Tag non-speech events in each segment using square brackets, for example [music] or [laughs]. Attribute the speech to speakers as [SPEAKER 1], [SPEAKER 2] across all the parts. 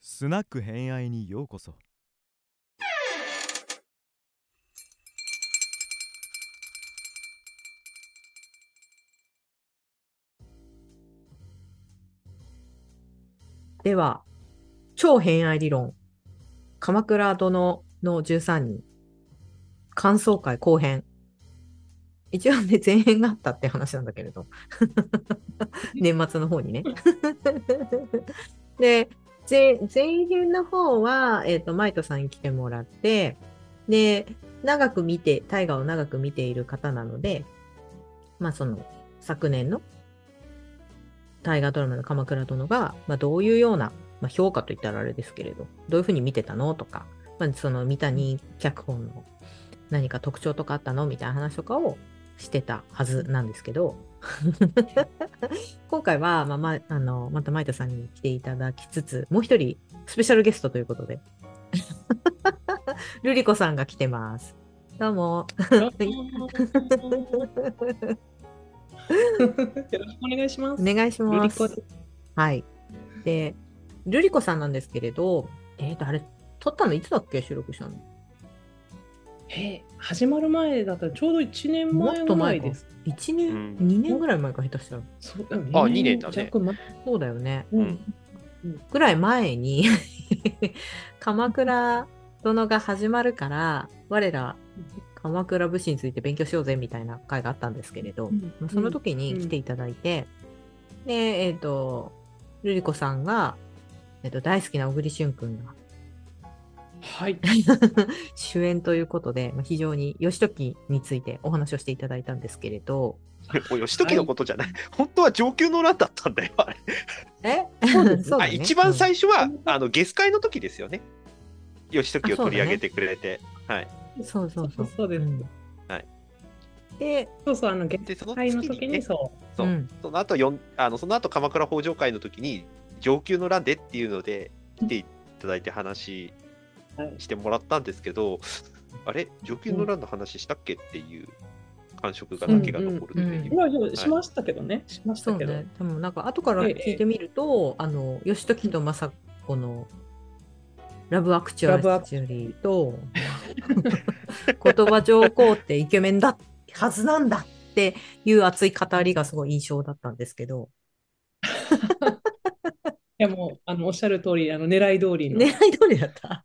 [SPEAKER 1] スナック偏愛にようこそ
[SPEAKER 2] では、超偏愛理論、鎌倉殿の13人、感想会後編。一応ね、前編があったって話なんだけれど、年末の方にね。で、前前編の方は、えっ、と、マイトさんに来てもらって、で、長く見て、大河を長く見ている方なので、まあ、その、昨年の大河ドラマの鎌倉殿が、まあ、どういうような、まあ、評価といったらあれですけれど、どういうふうに見てたのとか、まあ、その三谷脚本の何か特徴とかあったのみたいな話とかをしてたはずなんですけど、 [laughs] 今回は、まあまあのまた舞田さんに来ていただきつつ、もう一人スペシャルゲストということで、 [laughs] ルリコさんが来てます。どうも。
[SPEAKER 3] [laughs] よろしくお願いしま
[SPEAKER 2] お
[SPEAKER 3] す。
[SPEAKER 2] 願いし
[SPEAKER 3] ル
[SPEAKER 2] ま
[SPEAKER 3] リ
[SPEAKER 2] す
[SPEAKER 3] コで。
[SPEAKER 2] はい。で、ルリコさんなんですけれど、えっ、と、あれ、撮ったのいつだっけ収録したの
[SPEAKER 3] え始まる前だったらちょうど1年
[SPEAKER 2] も
[SPEAKER 3] 前
[SPEAKER 2] っ
[SPEAKER 3] ぐ
[SPEAKER 2] と
[SPEAKER 3] ら
[SPEAKER 2] 前
[SPEAKER 3] い
[SPEAKER 2] か
[SPEAKER 3] です。
[SPEAKER 2] 1年、
[SPEAKER 4] うん
[SPEAKER 2] 2年ぐらい前か下手したら。
[SPEAKER 3] そう
[SPEAKER 4] あ二年だね
[SPEAKER 3] 弱前
[SPEAKER 2] そうだよね。
[SPEAKER 3] うん
[SPEAKER 4] うん
[SPEAKER 2] ぐらい前に、 [laughs] 鎌倉殿が始まるから、我ら、鎌倉武士について勉強しようぜみたいな会があったんですけれど、まあその時に来ていただいて、で、えっ、と、ルリコさんが、えっ、と、大好きな小栗旬君が、
[SPEAKER 3] はい。
[SPEAKER 2] 主演ということで、まあ、非常に義時についてお話をしていただいたんですけれど、
[SPEAKER 4] おい義時のことじゃない、 [laughs] 本当は上級の乱だったんだよ、あれ。
[SPEAKER 2] え
[SPEAKER 3] そうで
[SPEAKER 2] [laughs]
[SPEAKER 3] す
[SPEAKER 2] そう
[SPEAKER 4] あ
[SPEAKER 2] だね
[SPEAKER 4] 一番
[SPEAKER 2] うん
[SPEAKER 4] 最初は、あのゲス会の時ですよね。義時を取り上げてくれて。
[SPEAKER 2] そうそうそう。
[SPEAKER 3] そうです
[SPEAKER 2] ん
[SPEAKER 4] はい
[SPEAKER 2] で、
[SPEAKER 3] そうそう、あの、月
[SPEAKER 4] で、その
[SPEAKER 3] 会の
[SPEAKER 4] 次
[SPEAKER 3] 時
[SPEAKER 4] に
[SPEAKER 3] に
[SPEAKER 4] ね、
[SPEAKER 3] そう。
[SPEAKER 4] そう
[SPEAKER 2] うん
[SPEAKER 4] その後よんあのその後鎌倉北条会の時に、上級の乱でっていうので、来ていただいて話
[SPEAKER 3] はい
[SPEAKER 4] してもらったんですけど、あれ、上級の乱の話したっけっていう感触がだけが残ると
[SPEAKER 2] うんうん
[SPEAKER 4] いうう。
[SPEAKER 3] 今日しましたけどね。しまし
[SPEAKER 2] そ
[SPEAKER 3] た
[SPEAKER 2] う
[SPEAKER 3] けど。
[SPEAKER 2] ね。でもなんか後から聞いてみると、あの義時と政子のラブアクチュア
[SPEAKER 3] ラブア
[SPEAKER 2] リーと [laughs] 言葉上皇ってイケメンだはずなんだっていう熱い語りがすごい印象だったんですけど、
[SPEAKER 3] いや、もう、あの、おっしゃる通り、あの、狙い
[SPEAKER 2] [laughs]
[SPEAKER 3] 通り
[SPEAKER 2] [laughs]
[SPEAKER 3] の、
[SPEAKER 2] 狙い通りだった。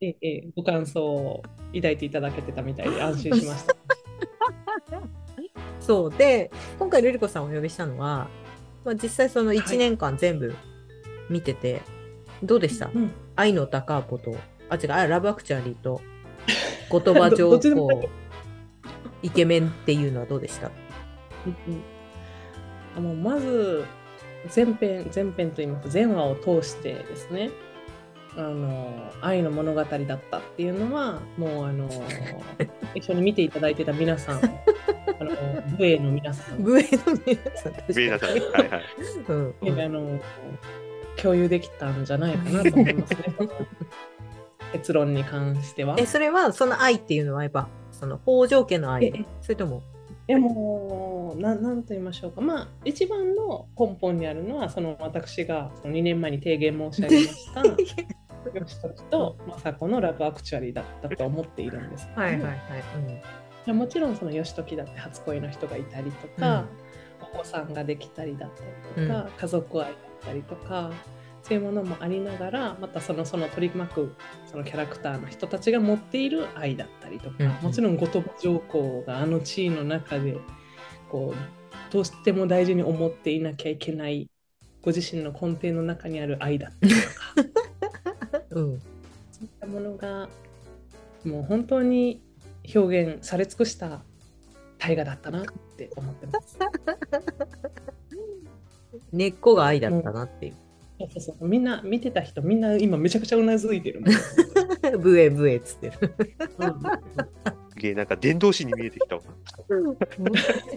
[SPEAKER 3] ええええご感想を抱いていただけてたみたいで安心し
[SPEAKER 2] [laughs]
[SPEAKER 3] ました。
[SPEAKER 2] そうで今回ルリコさんをお呼びしたのは、まあ、実際その1年間全部見てて、どうでした、
[SPEAKER 3] うん
[SPEAKER 2] 愛の高子とあ違うあラブアクチュアリー
[SPEAKER 3] [laughs]
[SPEAKER 2] と言葉上
[SPEAKER 3] どどっちでも
[SPEAKER 2] 皇イケメンっていうのはどうでした
[SPEAKER 3] あのまず前編前編といいますか前話を通してですねあの愛の物語だったっていうのはもうあ [laughs] の一緒に見ていただいてた皆さんあ [laughs] の武衛の皆さん
[SPEAKER 2] ブエの皆さん確
[SPEAKER 4] 皆さん、はいはい。
[SPEAKER 2] かにうん
[SPEAKER 3] あの共有できたんじゃないかなと思います [laughs] ね結論に関しては。
[SPEAKER 2] えそれはその愛っていうのはやっぱその北条家の愛
[SPEAKER 3] ええ
[SPEAKER 2] それと
[SPEAKER 3] [laughs]
[SPEAKER 2] も
[SPEAKER 3] でもうななんと言いましょうかまあ一番の根本にあるのはその私がその2年前に提言申し上げました [laughs] 義時と政子のラブアクチュアリーだったと思っているんですけども、
[SPEAKER 2] はいはいはい、
[SPEAKER 3] いやもちろんその義時だって初恋の人がいたりとか、お子さんができたりだったりとか、
[SPEAKER 2] う
[SPEAKER 3] 家族愛だったりとかそういうものもありながらまたそのその取り巻くそのキャラクターの人たちが持っている愛だったりとか、
[SPEAKER 2] うん
[SPEAKER 3] もちろん後鳥羽上皇があの地位の中でこうどうしても大事に思っていなきゃいけないご自身の根底の中にある愛だったりとか。
[SPEAKER 2] うんうん、
[SPEAKER 3] そういったものがもう本当に表現され尽くした大河だったなって思って [laughs] ます。
[SPEAKER 2] 根っこが愛だったなっていう
[SPEAKER 3] そうそうそうみんな見てた人みんな今めちゃくちゃうなずいてるもん。 [laughs]
[SPEAKER 2] ブエブエっつってる
[SPEAKER 4] すげえなんか伝道師に見えてきたわ。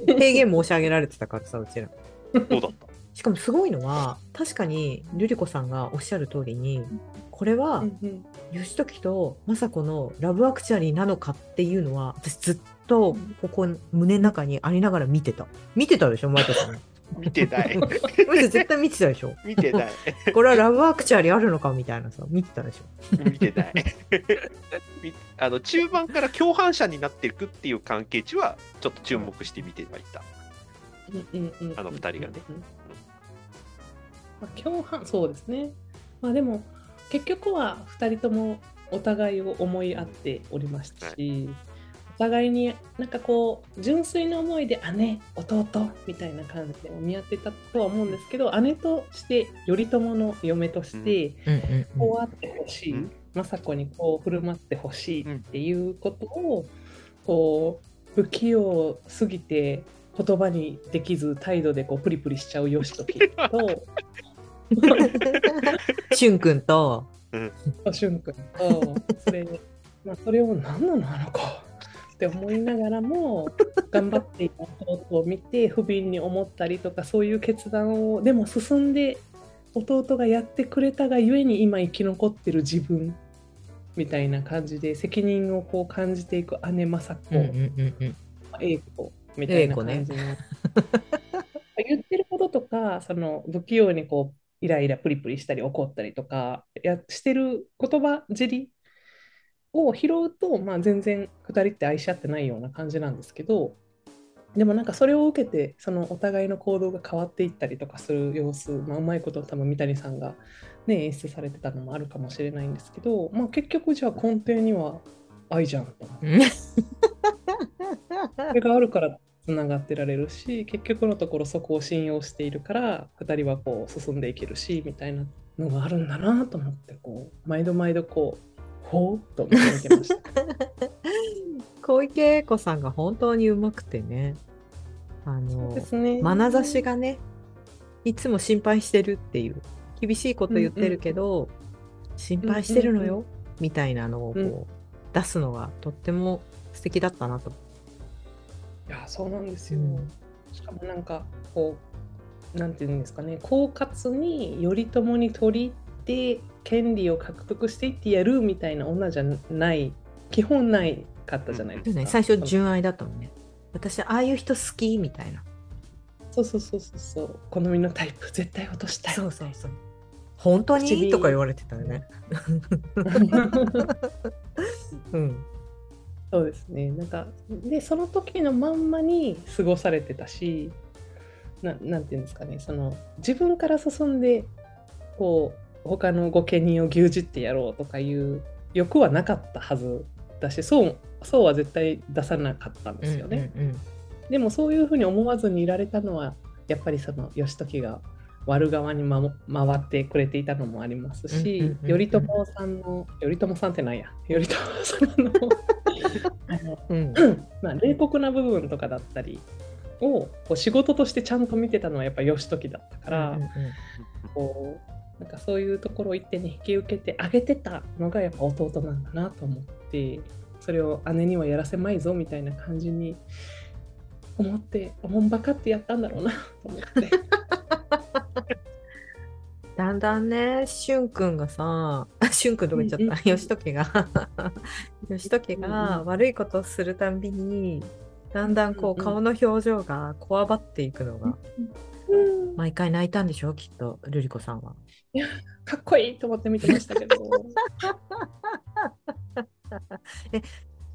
[SPEAKER 2] 提言申し上げられてたからさうちら
[SPEAKER 4] そうだった。
[SPEAKER 2] しかもすごいのは確かに瑠璃子さんがおっしゃる通りにこれは
[SPEAKER 3] うんうん
[SPEAKER 2] 義時と政子のラブアクチュアリーなのかっていう [laughs] のは私ずっとここ胸の中にありながら見てた見てたでしょ前田さん
[SPEAKER 4] 見てない
[SPEAKER 2] これ絶対見てたでしょ
[SPEAKER 4] 見てない
[SPEAKER 2] これはラブアクチュアリーあるのかみたいなさ見てたでしょ
[SPEAKER 4] 見てないみあの中盤から共犯者になっていくっていう関係値はちょっと注目して見てはいたあの二人がね。
[SPEAKER 3] まあ、共犯そうですね。まあでも結局は二人ともお互いを思い合っておりましたし、お互いになんかこう純粋な思いで姉弟みたいな感じで見合ってたとは思うんですけど姉として頼朝の嫁として
[SPEAKER 2] うんうん
[SPEAKER 3] こうあってほしい、
[SPEAKER 4] うん
[SPEAKER 3] 政子にこう振る舞ってほしいっていうことを、こう不器用すぎて言葉にできず態度でこうプリプリしちゃう義時
[SPEAKER 4] [laughs]
[SPEAKER 3] と。
[SPEAKER 2] しゅんくんと
[SPEAKER 3] 俊君とそれ,、まあ、それを何なのあの子って思いながらも頑張っていた弟を見て不憫に思ったりとかそういう決断をでも進んで弟がやってくれたがゆえに今生き残ってる自分みたいな感じで責任をこう感じていく姉政子、英子みたいな感じの、 [laughs] 言ってることとかその不器用にこうイライラプリプリしたり怒ったりとかやしてる言葉尻を拾うと、まあ、全然2人って愛し合ってないような感じなんですけどでもなんかそれを受けてそのお互いの行動が変わっていったりとかする様子、まあ、うまいこと多分三谷さんが、ね、演出されてたのもあるかもしれないんですけど、まあ、結局じゃあ根底には愛じゃんと思ってそれがあるからつながってられるし結局のところそこを信用しているから2人はこう進んでいけるしみたいなのがあるんだなと思ってこう毎度毎度こうほうっと思って見
[SPEAKER 2] [laughs]
[SPEAKER 3] てました。
[SPEAKER 2] 小池栄子さんが本当にうまくてねあの
[SPEAKER 3] ですね
[SPEAKER 2] 眼差しがねいつも心配してるっていう厳しいこと言ってるけど、心配してるのよ、
[SPEAKER 3] うん
[SPEAKER 2] みたいなのをこう、
[SPEAKER 3] うん
[SPEAKER 2] 出すのがとっても素敵だったなと。
[SPEAKER 3] いやそうなんですよ、
[SPEAKER 2] うん
[SPEAKER 3] しかもなんかこうなんていうんですかね狡猾に頼朝に取り入って権利を獲得していってやるみたいな女じゃない基本ないかったじゃないですか。
[SPEAKER 2] ね、最初純愛だったもんね。私ああいう人好きみたいな。
[SPEAKER 3] そうそうそうそうそう好みのタイプ絶対落としたい
[SPEAKER 2] そう。本当に
[SPEAKER 3] 唇
[SPEAKER 2] とか言われてたよね。うん。
[SPEAKER 3] [laughs] そうですねなんかでその時のまんまに過ごされてたしななんていうんですかねその自分から進んでこう他の御家人を牛耳ってやろうとかいう欲はなかったはずだしそうそうは絶対出さなかったんですよね。
[SPEAKER 2] うんうんうん
[SPEAKER 3] でもそういうふうに思わずにいられたのはやっぱりその義時が悪側にまも回ってくれていたのもあります
[SPEAKER 2] うん
[SPEAKER 3] し
[SPEAKER 2] うんうんう
[SPEAKER 3] 頼
[SPEAKER 2] ん
[SPEAKER 3] 朝さんの頼朝さんってなんや頼朝さ
[SPEAKER 2] [laughs]
[SPEAKER 3] んの
[SPEAKER 2] うん
[SPEAKER 3] まあ冷酷な部分とかだったりをこう仕事としてちゃんと見てたのはやっぱ義時だったから、
[SPEAKER 2] うんうん
[SPEAKER 3] こうなんかそういうところを一手に引き受けてあげてたのがやっぱ弟なんだなと思ってそれを姉にはやらせまいぞみたいな感じに思っておもんばかってやったんだろうなと思って。
[SPEAKER 2] だんだんね、しゅんくんがさ、 [laughs] あしゅんくんとか言っちゃっ
[SPEAKER 3] うんうん
[SPEAKER 2] た、義時が、 [laughs] 義時が悪いことをするたんびに、だんだんこ
[SPEAKER 3] う
[SPEAKER 2] う
[SPEAKER 3] んうん
[SPEAKER 2] 顔の表情がこわばっていくのが、毎回泣いたんでしょ、きっと、ルリ子さんは。
[SPEAKER 3] かっこいいと思って見てました [laughs] けど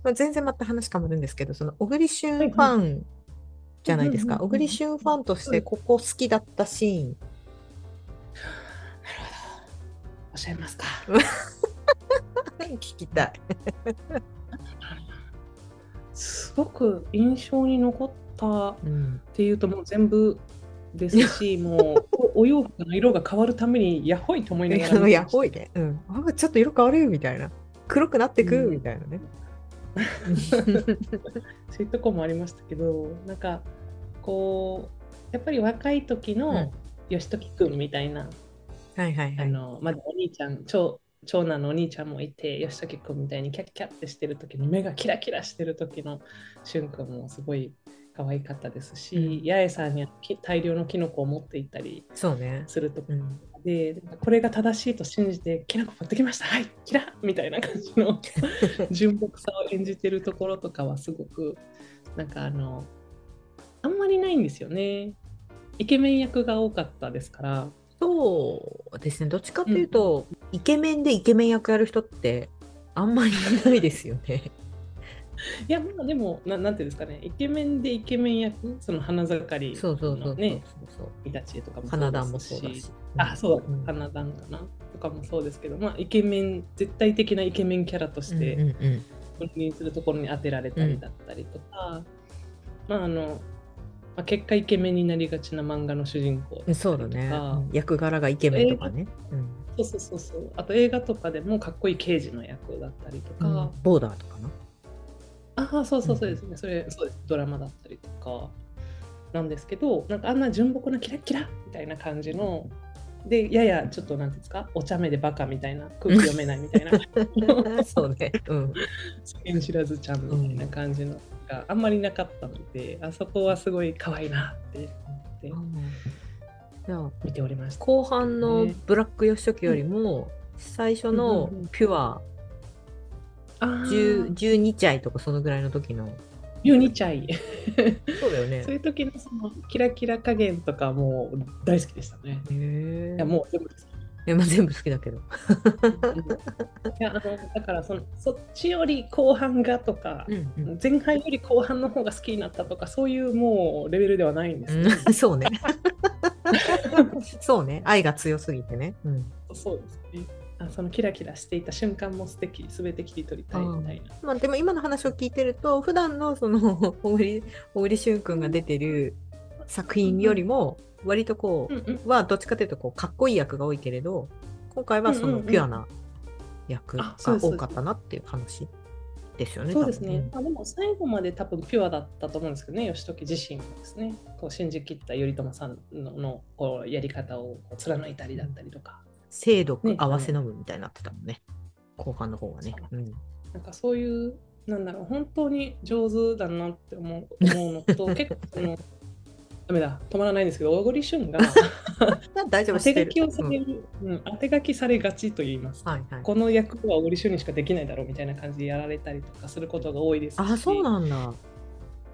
[SPEAKER 2] まあ、全然また話変わるんですけど、その小栗旬ファンじゃないですか、
[SPEAKER 3] うんうんうん
[SPEAKER 2] 小栗旬ファンとしてここ好きだったシーン、
[SPEAKER 3] おっしゃいますか
[SPEAKER 2] 聞きたい。
[SPEAKER 3] すごく印象に残った
[SPEAKER 2] うん、
[SPEAKER 3] っていうともう全部ですしも [laughs] うおお洋服の色が変わるためにやほいと思いながら見てました
[SPEAKER 2] やほいね、うん、あちょっと色変わるよみたいな、黒くなってく
[SPEAKER 3] うん
[SPEAKER 2] みたいなね。
[SPEAKER 3] そういうとこもありましたけどなんかこうやっぱり若い時
[SPEAKER 2] うん
[SPEAKER 3] の義時くんみたいな、
[SPEAKER 2] はいはいは
[SPEAKER 3] あ
[SPEAKER 2] い。
[SPEAKER 3] のまだお兄ちゃん長長男のお兄ちゃんもいて義時くんみたいにキャッキャッってしてる時の目がキラキラしてる時の俊くんもすごい可愛かったですし、八重さんにはき大量のキノコを持っていったり
[SPEAKER 2] そうね。
[SPEAKER 3] すると
[SPEAKER 2] うん、
[SPEAKER 3] でなんかこれが正しいと信じてきなこ持ってきましたはいキラみたいな感じ
[SPEAKER 2] [laughs]
[SPEAKER 3] の純朴さを演じてるところとかはすごくなんかあのあんまりないんですよねイケメン役が多かったですから、
[SPEAKER 2] そうですね、どっちかっていうと、イケメンでイケメン役やる人って、あんまりいないですよね。
[SPEAKER 3] いや、まあでも、ななんていうんですかね、イケメンでイケメン役、その花盛
[SPEAKER 2] [laughs]
[SPEAKER 3] り
[SPEAKER 2] そうそうそうそ
[SPEAKER 3] の
[SPEAKER 2] う
[SPEAKER 3] ね、
[SPEAKER 2] そう。
[SPEAKER 3] イタチエとかも
[SPEAKER 2] 花壇もそうだし。
[SPEAKER 3] あ、そうだ、
[SPEAKER 2] ん
[SPEAKER 3] 花壇かなとかもそうですけど、まあ、イケメン、絶対的なイケメンキャラとして、
[SPEAKER 2] うんうんうん
[SPEAKER 3] 君臨するところに当てられたりだったりとか、まああの、まあ、結果イケメンになりがちな漫画の主人公だっ
[SPEAKER 2] う
[SPEAKER 3] たり
[SPEAKER 2] ん、そうだね
[SPEAKER 3] とか。
[SPEAKER 2] 役柄がイケメンとかね。うん
[SPEAKER 3] そうそうそうそうあと映画とかでもかっこいい刑事の役だったりとか、
[SPEAKER 2] うんボーダーとかな。
[SPEAKER 3] ああそうそうそうですね、
[SPEAKER 2] う
[SPEAKER 3] それそうですドラマだったりとかなんですけどなんかあんな純朴なキラッキラみたいな感じのでややちょっとなんていうんですかお茶目でバカみたいな空気読めないみ
[SPEAKER 2] [laughs]
[SPEAKER 3] たいな
[SPEAKER 2] そうね。うん。
[SPEAKER 3] 世間知らずちゃんみたいな感じのがあんまりなかったのであそこはすごい可愛いなって思って
[SPEAKER 2] じゃあ
[SPEAKER 3] 見ておりました。
[SPEAKER 2] 後半の
[SPEAKER 3] ね
[SPEAKER 2] ブラック義時よりも、最初の
[SPEAKER 3] うんうんうん
[SPEAKER 2] ピュア、
[SPEAKER 3] あー
[SPEAKER 2] 10 12歳とかそのぐらいの時の。
[SPEAKER 3] ユニチャイ
[SPEAKER 2] そうだよね
[SPEAKER 3] [laughs] そういう時のそのキラキラ加減とかもう大好きでしたね。
[SPEAKER 2] へ
[SPEAKER 3] い
[SPEAKER 2] え
[SPEAKER 3] や。もう全部 [laughs] です
[SPEAKER 2] いやまあ全部好きだけど。
[SPEAKER 3] いやあのだからそのそっちより後半がとか、
[SPEAKER 2] うんうん
[SPEAKER 3] 前半より後半の方が好きになったとかそういうもうレベルではないんですね。
[SPEAKER 2] うん [laughs] そうね。そうね。愛が強すぎてね。うん
[SPEAKER 3] そうですねあそのキラキラしていた瞬間も素敵すべて切り取りたいみたいな。
[SPEAKER 2] まあ、でも今の話を聞いてると、普段のその小栗小栗旬君が出てる作品よりも、割とこ
[SPEAKER 3] うんうん
[SPEAKER 2] う、はどっちかというとこうかっこいい役が多いけれど、今回はそ
[SPEAKER 3] うんうん
[SPEAKER 2] の
[SPEAKER 3] うん
[SPEAKER 2] ピュアな役が
[SPEAKER 3] あそうです
[SPEAKER 2] 多かったなっていう話ですよね。
[SPEAKER 3] そうですね、
[SPEAKER 2] 多
[SPEAKER 3] まあ、でも最後まで多分ピュアだったと思うんですけどね義時自身もですねこう信じ切った頼朝さんののこうやり方をこう貫いたりだったりとか
[SPEAKER 2] 分。精毒
[SPEAKER 3] ね
[SPEAKER 2] 合わせ飲むみたいになってたもんね。後半の方はね。うん
[SPEAKER 3] なんかそういう、なんだろう、本当に上手だなって思う思う
[SPEAKER 2] [laughs]
[SPEAKER 3] のと、結構その、ダメだ、止まらないんですけど、小栗旬
[SPEAKER 2] [laughs]
[SPEAKER 3] が
[SPEAKER 2] な大丈夫
[SPEAKER 3] 当
[SPEAKER 2] して
[SPEAKER 3] て書
[SPEAKER 2] る。
[SPEAKER 3] きをされ
[SPEAKER 2] うん
[SPEAKER 3] る、うん当て書きされがちと言いますか。
[SPEAKER 2] はいはい。
[SPEAKER 3] この役は小栗旬にしかできないだろうみたいな感じでやられたりとかすることが多いですし
[SPEAKER 2] あ、そうなんだ。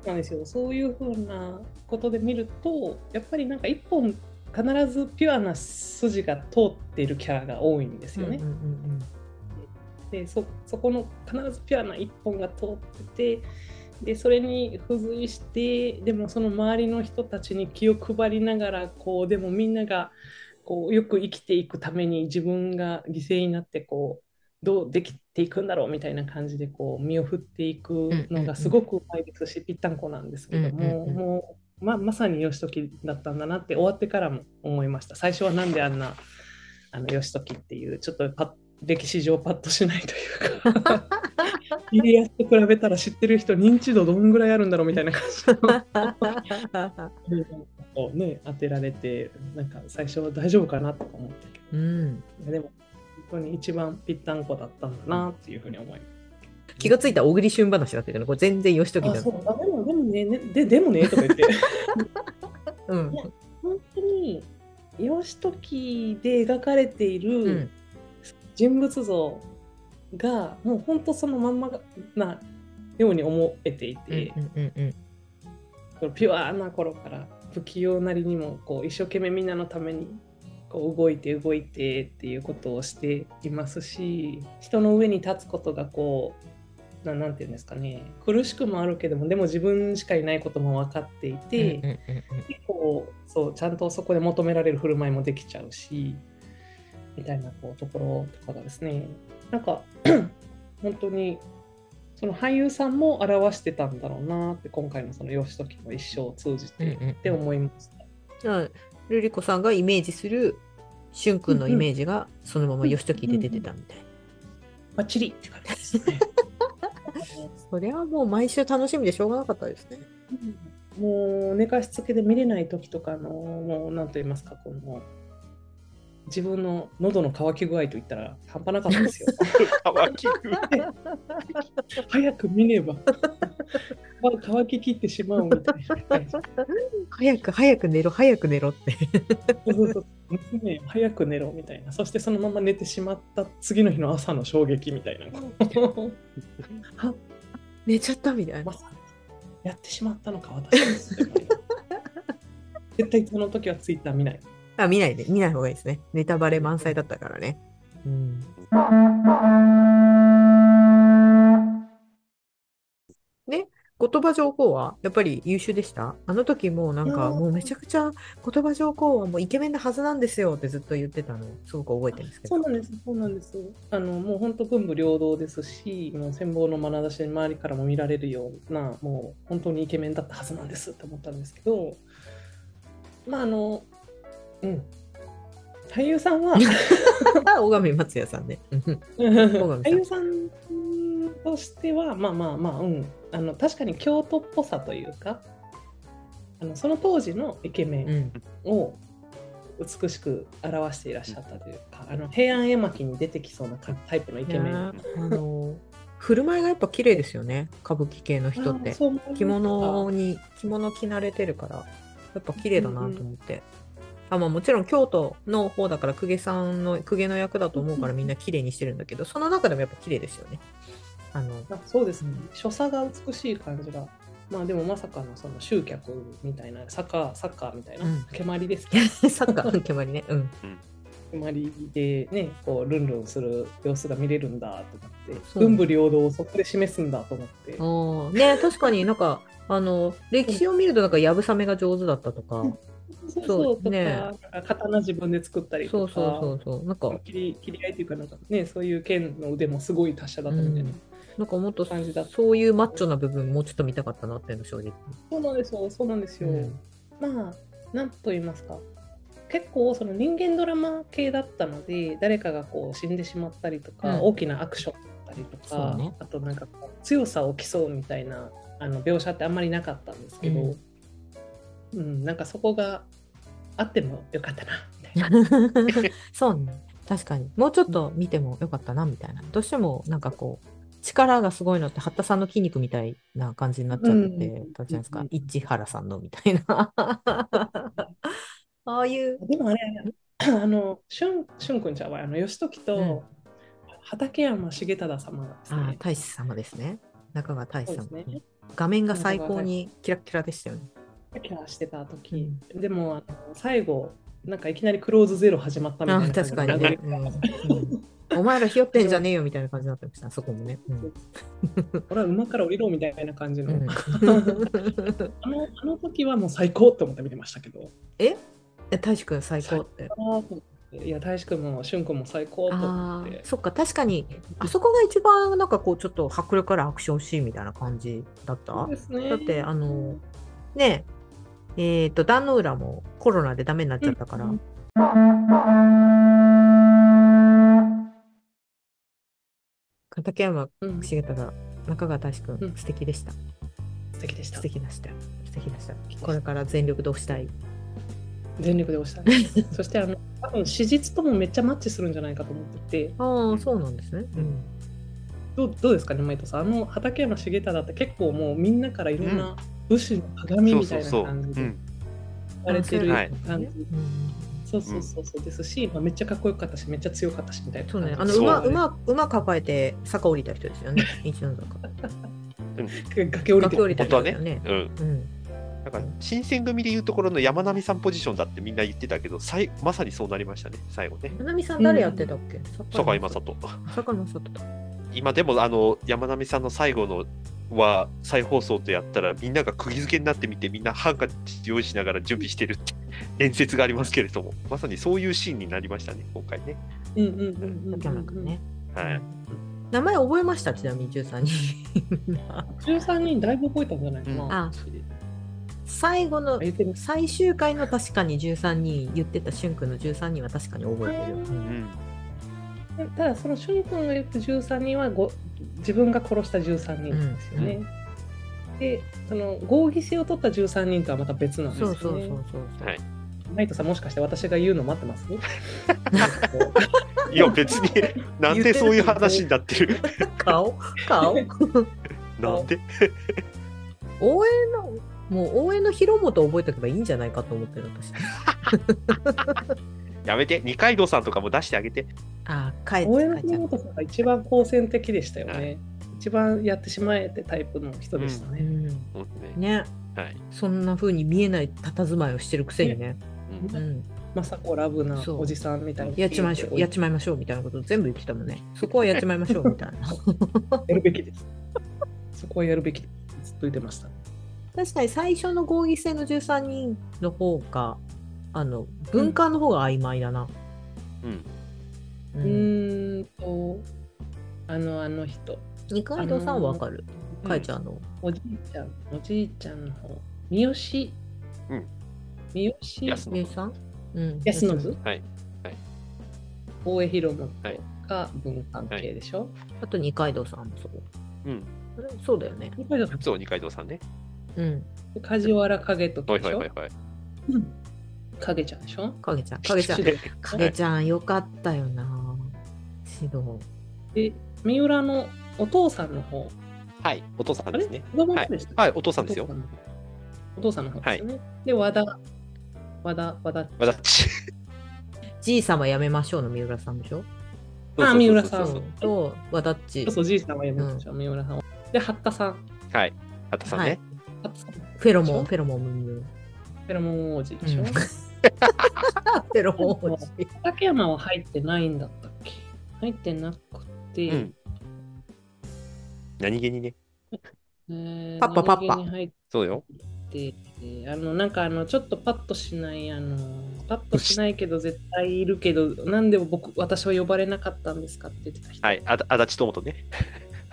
[SPEAKER 3] なんですよそういうふうなことで見るとやっぱりなんか一本必ずピュアな筋が通っているキャラが多いんですよね。
[SPEAKER 2] うんうんうんうん
[SPEAKER 3] でそそこの必ずピュアな一本が通っててでそれに付随してでもその周りの人たちに気を配りながらこうでもみんながこうよく生きていくために自分が犠牲になってこうどうできていくんだろうみたいな感じでこう身を振っていくのがすごくうまいですし、ぴったんこなんですけども、
[SPEAKER 2] うんうんうん
[SPEAKER 3] もうままさに義時だったんだなって終わってからも思いました最初はなんであんなあの義時っていうちょっとパッ歴史上パッとしないというか家康と比べたら知ってる人認知度どんぐらいあるんだろうみたいな感じの [laughs]
[SPEAKER 2] [laughs]
[SPEAKER 3] をね当てられてなんか最初は大丈夫かなとか思ったけ
[SPEAKER 2] うん、
[SPEAKER 3] どいやでも本当に一番ぴったんこだったんだなっていうふうに思います。
[SPEAKER 2] 気がついたら小栗旬話だったけどね、これ全然義時
[SPEAKER 3] あ
[SPEAKER 2] だ
[SPEAKER 3] そうあでもでもねねででもねとか言って
[SPEAKER 2] うん
[SPEAKER 3] いや本当に義時で描かれている、
[SPEAKER 2] うん
[SPEAKER 3] 人物像がもうほんとそのまんまなように思えていて、
[SPEAKER 2] うんうんうん
[SPEAKER 3] このピュアな頃から不器用なりにもこう一生懸命みんなのためにこう動いて動いてっていうことをしていますし人の上に立つことがこうななんていうんですかね苦しくもあるけどもでも自分しかいないことも分かっていて。
[SPEAKER 2] うんうんうんうん
[SPEAKER 3] 結構そうちゃんとそこで求められる振る舞いもできちゃうしみたいなこうところとかがですねなんか [clears throat] 本当にその俳優さんも表してたんだろうなって今回のその義時の一生を通じて
[SPEAKER 2] うんうん
[SPEAKER 3] って思いました。
[SPEAKER 2] じゃあルリ子さんがイメージする俊君のイメージがそのまま義時で出てたみたいな、
[SPEAKER 3] バッチリって感じですね。
[SPEAKER 2] それはもう毎週楽しみでしょうがなかったですね
[SPEAKER 3] [laughs] もう寝かしつけで見れない時とかのもう何と言いますかこの自分の喉の渇き具合といったら半端なかったですよ。
[SPEAKER 4] 乾き具合
[SPEAKER 3] 早く見ねばまあ乾ききってしまうみたいな感じ
[SPEAKER 2] 早く早く寝ろ早く寝ろって
[SPEAKER 3] そうそうそう娘よ早く寝ろみたいなそしてそのまま寝てしまった次の日の朝の衝撃みたいなこう
[SPEAKER 2] [laughs] 寝ちゃったみたいな
[SPEAKER 3] まさにやってしまったのか私はみたいな絶対その時はツイッター見ない。
[SPEAKER 2] あ見ないで、見ない方がいいですね。ネタバレ満載だったからね。うん。ね、言葉上皇はやっぱり優秀でしたあの時もうなん
[SPEAKER 3] いや
[SPEAKER 2] か
[SPEAKER 3] ー
[SPEAKER 2] もうめちゃくちゃ言葉上皇はもうイケメンなはずなんですよってずっと言ってたのすごく覚えてるんですけど
[SPEAKER 3] そうなんです、そうなんです。あのもう本当文武両道ですし、もう羨望の眼差しで周りからも見られるような、もう本当にイケメンだったはずなんですって思ったんですけど、まああの、うん、俳優さんは、 [laughs]
[SPEAKER 2] あ大神松也さんね。うん
[SPEAKER 3] 俳優さんとしては、まあまあまあ、うん、あの確かに京都っぽさというか、あのその当時のイケメン
[SPEAKER 2] うん
[SPEAKER 3] を美しく表していらっしゃったというか、あの平安絵巻に出てきそうなかタイプのイケメン。
[SPEAKER 2] あの振る舞いがやっぱ綺麗ですよね歌舞伎系の人って
[SPEAKER 3] そう思います
[SPEAKER 2] 着物に着物着慣れてるからやっぱ綺麗だなと思って、あまあ、もちろん京都の方だから公家さんの公家の役だと思うからみんな綺麗にしてるんだけどその中でもやっぱ綺麗ですよねあ [laughs] の
[SPEAKER 3] あそうですね。所作が美しい感じが。まあでもまさかのその集客みたいな、サッカー、サッカーみたいな、
[SPEAKER 2] うん
[SPEAKER 3] 蹴鞠ですけど、
[SPEAKER 2] サッカーの決まりねうん
[SPEAKER 3] 蹴鞠でね、こう、ルンルンする様子が見れるんだと思って、
[SPEAKER 2] そう
[SPEAKER 3] 文武両道をそこで示すんだと思って、
[SPEAKER 2] あーね確かになんかあの歴史を見るとなんかやぶさめが上手だったとか
[SPEAKER 3] そうそうとか、
[SPEAKER 2] ね
[SPEAKER 3] なんか刀自分で作ったり
[SPEAKER 2] そ
[SPEAKER 3] と
[SPEAKER 2] う
[SPEAKER 3] か、
[SPEAKER 2] そうそうそうなんか
[SPEAKER 3] 切り切り合いというか、なんかね、そういう剣の腕もすごい達者だったみたいな。
[SPEAKER 2] うんなんかもっと
[SPEAKER 3] 感じだった
[SPEAKER 2] そういうマッチョな部分もうちょっと見たかったなっていうの正直。
[SPEAKER 3] そうなんですよ、そうなんですよ。
[SPEAKER 2] うん
[SPEAKER 3] まあ、なんと言いますか、結構その人間ドラマ系だったので、誰かがこう死んでしまったりとか、
[SPEAKER 2] うん
[SPEAKER 3] 大きなアクションだったりとか、
[SPEAKER 2] そうね
[SPEAKER 3] あとなんかこう強さを競うみたいなあの描写ってあんまりなかったんですけど、
[SPEAKER 2] う
[SPEAKER 3] うん、なんかそこがあってもよかったな、みたいな。
[SPEAKER 2] [laughs] そうね確かにもうちょっと見てもよかったなみたいなどうしてもなんかこう力がすごいのって八田さんの筋肉みたいな感じになっちゃってたじゃないですか、
[SPEAKER 3] うん
[SPEAKER 2] 市原さんのみたい
[SPEAKER 3] [laughs]
[SPEAKER 2] なああいう
[SPEAKER 3] でもあれ、 [clears throat] あの、しゅん、しゅんくんちゃんは、あの、義時
[SPEAKER 2] うん
[SPEAKER 3] と畠山重忠様がです
[SPEAKER 2] あ
[SPEAKER 3] ね、
[SPEAKER 2] 大使様ですね中川大使様、
[SPEAKER 3] そうですね
[SPEAKER 2] 画面が最高にキラッキラでしたよね
[SPEAKER 3] キャキャしてた時、でもあの最後なんかいきなりクローズゼロ始まったみたい
[SPEAKER 2] あ
[SPEAKER 3] な感じ
[SPEAKER 2] 確かに、
[SPEAKER 3] で
[SPEAKER 2] うんうんお前らひよってんじゃねえよみたいな感じになってましたそこもね、うん
[SPEAKER 3] 俺は馬から降りろみたいな感じの、
[SPEAKER 2] うん
[SPEAKER 3] あのあの時はもう最高って思って見てましたけど
[SPEAKER 2] [laughs] え大志くん最高って
[SPEAKER 3] あーと思っていや大志くんもしゅんくんも最高と思
[SPEAKER 2] あ
[SPEAKER 3] って
[SPEAKER 2] ーそっか確かにあそこが一番なんかこうちょっと迫力あるアクションシーンみたいな感じだった
[SPEAKER 3] そう
[SPEAKER 2] だ
[SPEAKER 3] ですね
[SPEAKER 2] ってあのねええーと壇ノ浦もコロナでダメになっちゃったから、
[SPEAKER 3] うん
[SPEAKER 2] 畠山
[SPEAKER 3] うん素
[SPEAKER 2] 重忠中川大志くん、
[SPEAKER 3] うん
[SPEAKER 2] 素敵でした
[SPEAKER 3] 敵でした
[SPEAKER 2] 素敵でした素敵でしたこれから全力で押したい
[SPEAKER 3] 全力で押したい
[SPEAKER 2] [laughs]
[SPEAKER 3] そしてあの多分史実ともめっちゃマッチするんじゃないかと思ってて
[SPEAKER 2] ああそうなんですね、うん
[SPEAKER 3] どうどうですかねマイトさんあの畠山重忠って結構もうみんなからいろんな武士の鏡みたいな感じで
[SPEAKER 4] うん
[SPEAKER 3] 言われてる
[SPEAKER 4] はい
[SPEAKER 3] 感じ
[SPEAKER 2] うん
[SPEAKER 3] そうそうそうそうですし、まあ、めっちゃかっこよかったしめっちゃ強かったしみたいな
[SPEAKER 2] そう
[SPEAKER 3] 感じ
[SPEAKER 2] ね
[SPEAKER 3] で
[SPEAKER 2] あの
[SPEAKER 4] そう
[SPEAKER 2] 馬馬馬抱えて坂降りた人ですよね一の坂
[SPEAKER 4] [laughs]
[SPEAKER 3] 崖降りて
[SPEAKER 2] 崖降りた
[SPEAKER 4] 本当
[SPEAKER 2] 人
[SPEAKER 4] は
[SPEAKER 2] です
[SPEAKER 4] ね
[SPEAKER 2] よね
[SPEAKER 4] うん、
[SPEAKER 2] うん
[SPEAKER 4] だから新選組でいうところの山並さんポジションだってみんな言ってたけどさいまさにそうなりましたね最後ね
[SPEAKER 2] ななみさん誰やってたっけ、
[SPEAKER 4] 坂井
[SPEAKER 2] 雅
[SPEAKER 4] 雅人
[SPEAKER 2] 坂井雅人だ
[SPEAKER 4] 今でもあの山並さんの最後のは再放送とやったらみんなが釘付けになってみてみんなハンカチ用意しながら準備してるって [laughs] 伝説がありますけれどもまさにそういうシーンになりましたね今回ね
[SPEAKER 3] うんうんうんうんうん
[SPEAKER 2] じゃなくね、
[SPEAKER 4] はい
[SPEAKER 2] 名前覚えましたちなみに13人
[SPEAKER 3] 13人だいぶ覚えたんじゃないかな、
[SPEAKER 4] うん
[SPEAKER 2] あ最後の
[SPEAKER 3] 言ってみます
[SPEAKER 2] 最終回の確かに13人言ってたしゅんくんの13人は確かに覚えてる、
[SPEAKER 4] うん
[SPEAKER 3] ただそのしゅんくんが言った13人はご自分が殺した13人なんですよね、でその合議制を取った13人とはまた別なんです
[SPEAKER 2] そ
[SPEAKER 3] よ
[SPEAKER 2] う
[SPEAKER 3] ね
[SPEAKER 2] そうそうそう、
[SPEAKER 4] はい
[SPEAKER 3] マイトさんもしかして私が言うの待って
[SPEAKER 2] [laughs]
[SPEAKER 3] ます
[SPEAKER 4] いや別になんでそういう話になって
[SPEAKER 3] [laughs]
[SPEAKER 4] る
[SPEAKER 2] 顔
[SPEAKER 4] [laughs]
[SPEAKER 2] 顔
[SPEAKER 4] なんで
[SPEAKER 2] 応援のもう応援の広本覚えとけばいいんじゃないかと思ってる私
[SPEAKER 4] やめて二階堂さんとかも出してあげて
[SPEAKER 2] あー帰
[SPEAKER 3] 大
[SPEAKER 2] っ
[SPEAKER 3] 山
[SPEAKER 2] て帰っちゃう
[SPEAKER 3] 本さんが一番好戦的でしたよね、
[SPEAKER 4] はい
[SPEAKER 3] 一番やってしまえってタイプの人でした
[SPEAKER 2] う
[SPEAKER 3] ね、
[SPEAKER 2] ん
[SPEAKER 4] 本当ね
[SPEAKER 2] ね
[SPEAKER 4] はい。
[SPEAKER 2] そんな風に見えない佇まいをしてるくせにね、
[SPEAKER 4] うん
[SPEAKER 2] うん、
[SPEAKER 3] 政子ラブな
[SPEAKER 2] そう
[SPEAKER 3] おじさんみたいな。
[SPEAKER 2] やっちまいましょうやっちまいましょうみたいなこと全部言ってたもんねそこはやっちまいましょうみたいな
[SPEAKER 3] やるべきです。 [laughs] そこはやるべきです。ずっと言ってました。
[SPEAKER 2] 確かに最初の合議制の13人の方があの文化の方が曖昧だな、
[SPEAKER 4] うん
[SPEAKER 2] う
[SPEAKER 3] うーんと、あの、あの人。
[SPEAKER 2] 二階堂さんはわかる、
[SPEAKER 3] あのー
[SPEAKER 2] かえちゃんの、
[SPEAKER 3] おじいちゃん、おじいちゃんの方。三好。
[SPEAKER 4] うん。
[SPEAKER 3] 三好
[SPEAKER 4] 安
[SPEAKER 2] 名産うん
[SPEAKER 3] 安信
[SPEAKER 4] はいはい
[SPEAKER 3] 大江広元
[SPEAKER 4] はい
[SPEAKER 3] が文関係でしょ、
[SPEAKER 2] あと二階堂さんもそう
[SPEAKER 4] うん。
[SPEAKER 2] あれそうだよね
[SPEAKER 3] 二階堂さ
[SPEAKER 4] そう、二階堂さんね。
[SPEAKER 2] うん
[SPEAKER 3] ん梶原景時
[SPEAKER 4] はい
[SPEAKER 3] で
[SPEAKER 4] は
[SPEAKER 3] し
[SPEAKER 4] い
[SPEAKER 3] ょ、
[SPEAKER 4] はいはい。
[SPEAKER 3] うん影ちゃんでしょ
[SPEAKER 2] かげちゃんかげ [laughs] ちゃん
[SPEAKER 3] で
[SPEAKER 2] かげちゃんよかったよな指導
[SPEAKER 3] で三浦のお父さんの方
[SPEAKER 4] はい、お父さん
[SPEAKER 3] あ
[SPEAKER 4] で
[SPEAKER 3] れ
[SPEAKER 4] すね。
[SPEAKER 3] 子供の方でしたっけ、
[SPEAKER 4] はい、お父さんですよ。
[SPEAKER 3] お父さんの方お父さんの方ですよね、で和田和田和田
[SPEAKER 4] わだっち。
[SPEAKER 2] じいさんはやめましょうの三浦さんでしょ
[SPEAKER 3] あ三浦さん
[SPEAKER 4] そうそうそう
[SPEAKER 2] と和田っち
[SPEAKER 3] そうそうじいさんはやめましょう、三浦さんはで八田さん
[SPEAKER 4] そうはい、八田さん
[SPEAKER 2] は
[SPEAKER 4] ね
[SPEAKER 2] い。
[SPEAKER 3] 八田さん
[SPEAKER 2] フェロモ
[SPEAKER 3] そう
[SPEAKER 2] ンフェロモンムンムン
[SPEAKER 3] ペロモン王子でしょ、
[SPEAKER 2] うん [laughs] フェロモン王子
[SPEAKER 3] 竹山は入ってないんだったっけ入ってなくて、
[SPEAKER 4] うん何気にね。
[SPEAKER 3] えー
[SPEAKER 2] パッパパッパ
[SPEAKER 3] 何気に入っ
[SPEAKER 4] そうよ。
[SPEAKER 3] ててあのなんかあのちょっとパッとしないあのパッとしないけど絶対いるけどなんで僕私は呼ばれなかったんですかって言ってた人、
[SPEAKER 4] はい、あだ足立智と
[SPEAKER 2] [laughs]
[SPEAKER 4] ね。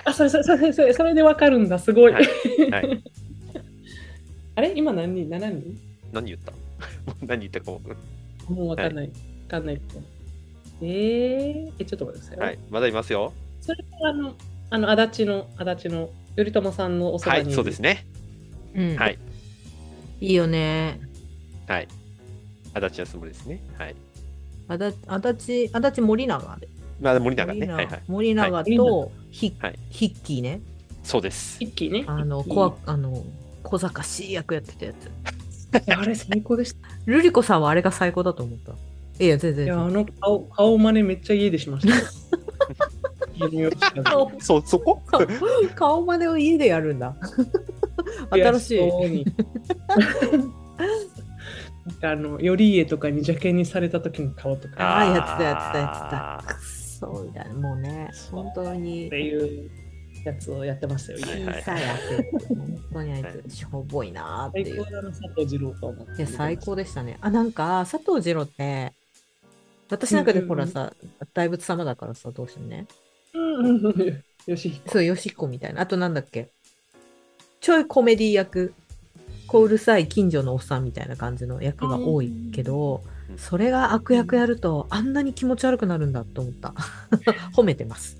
[SPEAKER 3] あそれそれそれそれそれでわかるんだすごい、
[SPEAKER 4] はいはい。
[SPEAKER 3] [laughs] あれ今何人7人
[SPEAKER 4] 何言った [laughs] 何言ったかも。
[SPEAKER 3] もうわかんない、わかんないけどえー、えちょっと待ってください、
[SPEAKER 4] はい、まだいますよ。
[SPEAKER 3] それからあのあの足立の足立の頼朝さんのおそば
[SPEAKER 4] は
[SPEAKER 3] にい
[SPEAKER 4] い、
[SPEAKER 3] る、
[SPEAKER 4] そうですね。
[SPEAKER 2] うん
[SPEAKER 4] はい
[SPEAKER 2] いいよね
[SPEAKER 4] はい。足立康盛ですね。はい。
[SPEAKER 2] 足立足立足立森永で
[SPEAKER 4] まあ、森永ね。はいはい。
[SPEAKER 2] 森永
[SPEAKER 3] はい
[SPEAKER 2] とヒッ
[SPEAKER 4] はい
[SPEAKER 2] ヒッキーね
[SPEAKER 4] そうです。
[SPEAKER 3] 一気にね
[SPEAKER 2] あの
[SPEAKER 3] ヒッキー
[SPEAKER 2] こわあの小賢しい役やってたやつ
[SPEAKER 3] いやあれ最高でした
[SPEAKER 2] ルリコさんはあれが最高だと思ったいや全然全
[SPEAKER 3] いや、
[SPEAKER 2] 然
[SPEAKER 3] あの顔、顔真似めっちゃ家でしました。家の様子が
[SPEAKER 2] 顔
[SPEAKER 4] そ、そこ
[SPEAKER 2] [laughs] 顔真似を家でやるんだ新しい
[SPEAKER 3] 悔そうに [laughs] なんかあの、頼家とかに邪険にされた時の顔とか。
[SPEAKER 2] ああ
[SPEAKER 4] [laughs] あー
[SPEAKER 2] やってたやってたやってたくっそみたいなもうね本当に
[SPEAKER 3] っていうやつをやってましたよ。家
[SPEAKER 4] はい
[SPEAKER 3] で
[SPEAKER 2] 小さいやつ本当にあいつしょぼいなーって
[SPEAKER 3] 最
[SPEAKER 2] いう
[SPEAKER 3] 高だな、佐藤二郎と思って。
[SPEAKER 2] いや最高でしたね。あなんか佐藤二郎って私なんかで
[SPEAKER 3] うんうん
[SPEAKER 2] ほ
[SPEAKER 3] うん
[SPEAKER 2] らさ、大仏様だからさどうしてもね
[SPEAKER 3] うんうんうん。よしひこ。
[SPEAKER 2] そうよしっこみたいなあとなんだっけちょいコメディ役こううるさい近所のおっさんみたいな感じの役が多いけど
[SPEAKER 4] うん
[SPEAKER 2] それが悪役やるとあんなに気持ち悪くなるんだと思った [laughs] 褒めてます、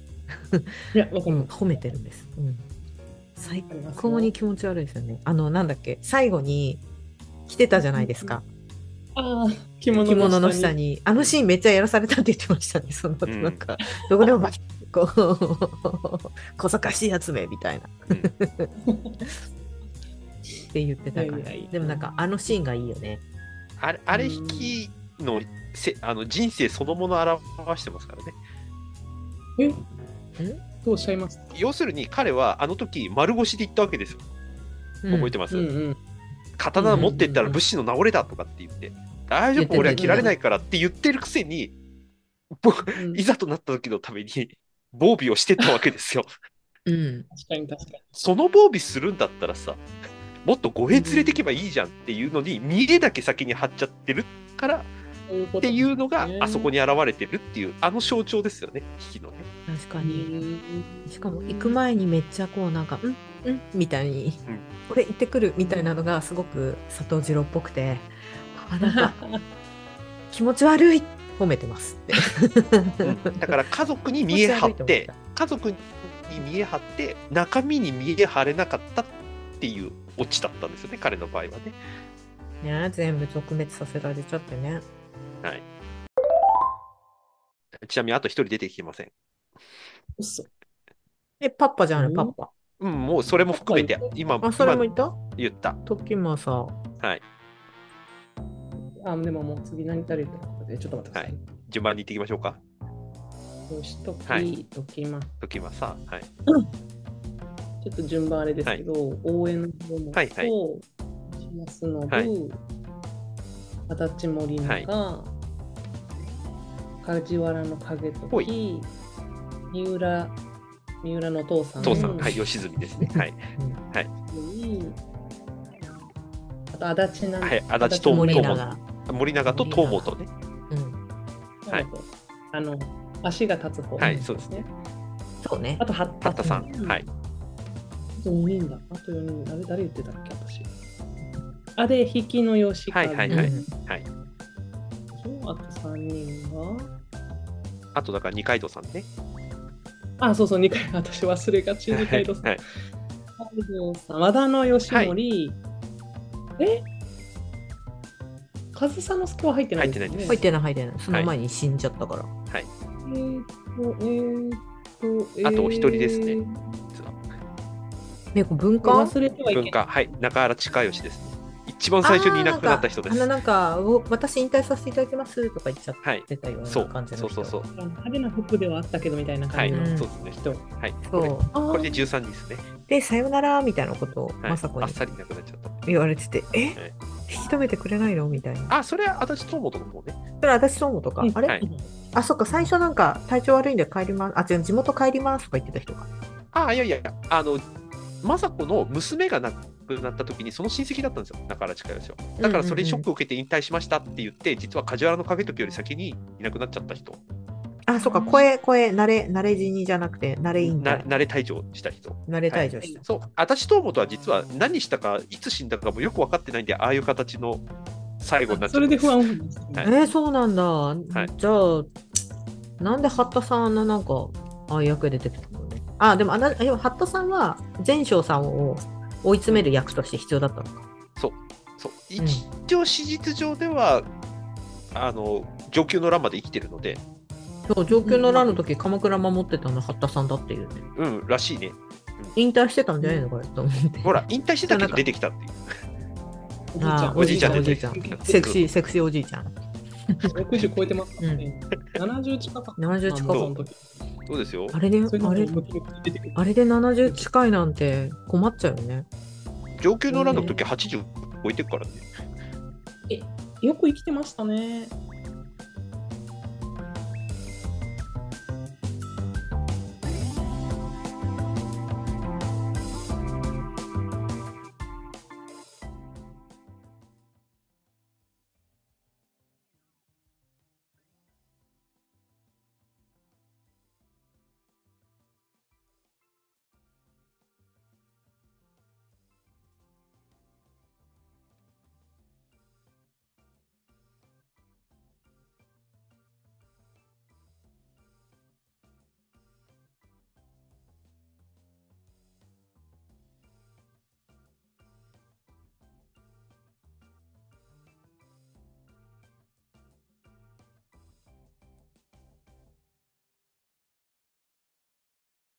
[SPEAKER 3] いや、わ
[SPEAKER 2] う
[SPEAKER 3] かり
[SPEAKER 2] ん、
[SPEAKER 3] ます
[SPEAKER 2] 褒めてるんです、うん、最
[SPEAKER 3] わかりますよ。
[SPEAKER 2] 高に気持ち悪いですよねあのなんだっけ最後に来てたじゃないですか、
[SPEAKER 3] ああ、着物
[SPEAKER 2] 着物の
[SPEAKER 3] の
[SPEAKER 2] 下
[SPEAKER 3] 下に。
[SPEAKER 2] に、あのシーンめっちゃやらされたって言ってましたね、その後
[SPEAKER 4] うん
[SPEAKER 2] なんか、どこでもバキッこう、小賢しいやつめみたいな
[SPEAKER 4] うん
[SPEAKER 2] って言ってたから、
[SPEAKER 3] いやいやいや
[SPEAKER 2] でもなんか、あのシーンがいいよね。
[SPEAKER 4] あれ、あれ引きのせあの人生そのものを表してますからね。
[SPEAKER 3] どうおっしゃいます
[SPEAKER 4] 要するに彼はあの時丸腰で言ったわけですよ。覚えてます、
[SPEAKER 3] うんうん。
[SPEAKER 4] 刀持ってったら武士の治れだとかって言って、大丈
[SPEAKER 2] 言っ
[SPEAKER 4] 夫
[SPEAKER 2] てた
[SPEAKER 4] 俺は切られないからって言ってるくせに、ぼ
[SPEAKER 3] うん
[SPEAKER 4] いざとなった時のために防備をしてたわけですよ。
[SPEAKER 2] うん。うん
[SPEAKER 3] 確かに確かに。
[SPEAKER 4] その防備するんだったらさ、もっと護衛連れてけばいいじゃんっていうのに、見えだけ先に張っちゃってるから
[SPEAKER 3] っ
[SPEAKER 4] っていうのが、あそこ
[SPEAKER 3] に。
[SPEAKER 4] に現れてるっていう、あの象徴ですよね、引きのね。
[SPEAKER 2] 確か
[SPEAKER 3] う
[SPEAKER 2] に。
[SPEAKER 3] ん
[SPEAKER 2] しかも、行く前にめっちゃこう、なんか、うんうんみたいに
[SPEAKER 4] うん、
[SPEAKER 2] これ行ってくるみたいなのが、すごく佐藤二郎っぽくて、あなんか、気持ち悪い褒めてますって。
[SPEAKER 4] うんだから家族に見え
[SPEAKER 2] [laughs]
[SPEAKER 4] 張っ
[SPEAKER 2] 気持ち悪い
[SPEAKER 4] て
[SPEAKER 2] と思た、
[SPEAKER 4] 家族に見え張って、中身に見え張れなかったっていうオチだったんですよね、彼の場合はね。
[SPEAKER 2] ね、全部撲滅させられちゃってね。
[SPEAKER 4] ちなみにあと一人出てきてません。
[SPEAKER 3] 嘘
[SPEAKER 2] え、パッパじゃない、パッパ。
[SPEAKER 4] うん、もうそれも含めて、今、
[SPEAKER 2] あ、それも
[SPEAKER 4] 今
[SPEAKER 2] いた
[SPEAKER 4] 言った。
[SPEAKER 2] 時もさ、
[SPEAKER 4] はい。
[SPEAKER 3] あ、でももう次何食べるかで、ちょっと待ってください。
[SPEAKER 4] 順番に行っていきましょうか。
[SPEAKER 3] そうしとき、
[SPEAKER 4] はい
[SPEAKER 3] ときます。
[SPEAKER 4] 時はさ、はい。
[SPEAKER 3] ちょっと順番あれですけど、応援の方もと、
[SPEAKER 4] はいはい
[SPEAKER 3] マスノブ、
[SPEAKER 4] はい
[SPEAKER 3] 足立森中、梶原の影
[SPEAKER 4] ほ
[SPEAKER 3] 時、三浦、三浦の父さん、
[SPEAKER 4] 父さん、はい、吉住ですね。はい、
[SPEAKER 3] あと足立な、
[SPEAKER 4] はい、足立
[SPEAKER 3] と
[SPEAKER 4] と
[SPEAKER 2] 森
[SPEAKER 4] 森
[SPEAKER 2] 永
[SPEAKER 4] 永。森永と東本ね。
[SPEAKER 2] うん、
[SPEAKER 4] はい
[SPEAKER 3] あの足が立つ方、
[SPEAKER 4] はい、そうですね。
[SPEAKER 2] そうね
[SPEAKER 3] あ。と八
[SPEAKER 4] 八田さん、はい、
[SPEAKER 3] あと4人だ。あと4人。あれ、誰言ってたっけ、私。あ、で、引きの吉川。
[SPEAKER 4] はいはい
[SPEAKER 2] はい
[SPEAKER 4] はい。
[SPEAKER 3] そうあと3人が。
[SPEAKER 4] あとだから二階堂さんね。
[SPEAKER 3] あ、そうそう、2回、私忘れがち。二階堂さん。
[SPEAKER 4] はい、
[SPEAKER 3] 二階堂さん和田の吉森。え上総之助は入ってないよ
[SPEAKER 4] 入ってないです
[SPEAKER 2] 入ってない入ってない。その前に死んじゃったから。
[SPEAKER 3] えーっと、えーっと、えー
[SPEAKER 4] あとお一人ですね
[SPEAKER 2] ねこう文化
[SPEAKER 3] 忘れてはいけない
[SPEAKER 4] 文。化、はい、中原近義です、ね。一番最初にいなくなった人で
[SPEAKER 2] あー
[SPEAKER 4] す。
[SPEAKER 2] なんかあのなんかお私引退させていただきますとか言っちゃっ
[SPEAKER 4] はい、
[SPEAKER 2] てたよう
[SPEAKER 4] そ
[SPEAKER 2] な
[SPEAKER 4] う
[SPEAKER 2] 感じ、の
[SPEAKER 4] そう
[SPEAKER 2] 人
[SPEAKER 4] そうそう、
[SPEAKER 3] 派手な服ではあったけどみたいな
[SPEAKER 4] は
[SPEAKER 3] 感
[SPEAKER 4] い、
[SPEAKER 3] じ
[SPEAKER 4] そ
[SPEAKER 3] の
[SPEAKER 4] う
[SPEAKER 2] うん
[SPEAKER 4] です
[SPEAKER 3] 人。
[SPEAKER 4] ね。はい、
[SPEAKER 2] そ
[SPEAKER 4] これ
[SPEAKER 2] う
[SPEAKER 4] これで十三人ですね。
[SPEAKER 2] でさよならみたいなことを
[SPEAKER 4] はい、あっ
[SPEAKER 2] 雅子に
[SPEAKER 4] さりいなくなっちゃった。
[SPEAKER 2] 言われてて、え
[SPEAKER 4] はい
[SPEAKER 2] 引き止めてくれないのみたいな
[SPEAKER 4] あ、それは足立東本の方ね。
[SPEAKER 2] それ私そう思うとか、
[SPEAKER 3] うん
[SPEAKER 2] あれ、
[SPEAKER 4] はい
[SPEAKER 2] あそっか最初なんか体調悪いんで帰りますあ違う地元帰りますとか言ってた人か
[SPEAKER 4] あ、いやいやいや、あの、政子の娘が亡くなった時に、その親戚だったんですよ、中原近義は。だからそれにショックを受けて引退しましたって言って、実は梶原の景時より先にいなくなっちゃった人、
[SPEAKER 2] あそっか声声慣れ慣れ死にじゃなくて慣れ引
[SPEAKER 4] な
[SPEAKER 2] 退
[SPEAKER 4] 慣れ退場した人。
[SPEAKER 2] 慣れ退場した、
[SPEAKER 4] そう、足立東本は実は何したか、いつ死んだかもよく分かってないんで、ああいう形の最後になっちゃ
[SPEAKER 3] そ
[SPEAKER 4] っ
[SPEAKER 3] れ
[SPEAKER 4] た
[SPEAKER 3] で
[SPEAKER 4] です
[SPEAKER 3] 不安を覚えました
[SPEAKER 4] は
[SPEAKER 2] えー、そうなんだ、じゃあなんで八田さんあんななんかああいう役で出てきたのねあでもあなでも八田さんは前哨さんを追い詰める役として必要だったのか、
[SPEAKER 4] そう一応、史実上では、あの上級の乱まで生きてるので、
[SPEAKER 2] そう上級の乱の時鎌倉守ってたの八田さんだっていうね
[SPEAKER 4] うん、らしいね。
[SPEAKER 2] 引退してたんじゃないのこれと思って
[SPEAKER 4] ほら、引退してたけど出てきたっていう。
[SPEAKER 2] あー
[SPEAKER 4] おじいちゃん
[SPEAKER 2] お
[SPEAKER 4] 出
[SPEAKER 2] じ
[SPEAKER 4] て
[SPEAKER 2] い
[SPEAKER 4] き
[SPEAKER 2] ちゃ
[SPEAKER 4] た
[SPEAKER 2] んセクシーセクシーおじいちゃん
[SPEAKER 3] 60超えてますからね。70近かった。
[SPEAKER 2] 70近
[SPEAKER 4] そ
[SPEAKER 2] く
[SPEAKER 4] うそうですよ
[SPEAKER 2] あ。れで
[SPEAKER 3] それ
[SPEAKER 2] あ
[SPEAKER 3] で
[SPEAKER 2] れ
[SPEAKER 3] もムキムキ出てくる。
[SPEAKER 2] あれで70近いなんて困っちゃうよね
[SPEAKER 4] 上級の乱の時80超えてるからね。
[SPEAKER 3] よく生きてましたね。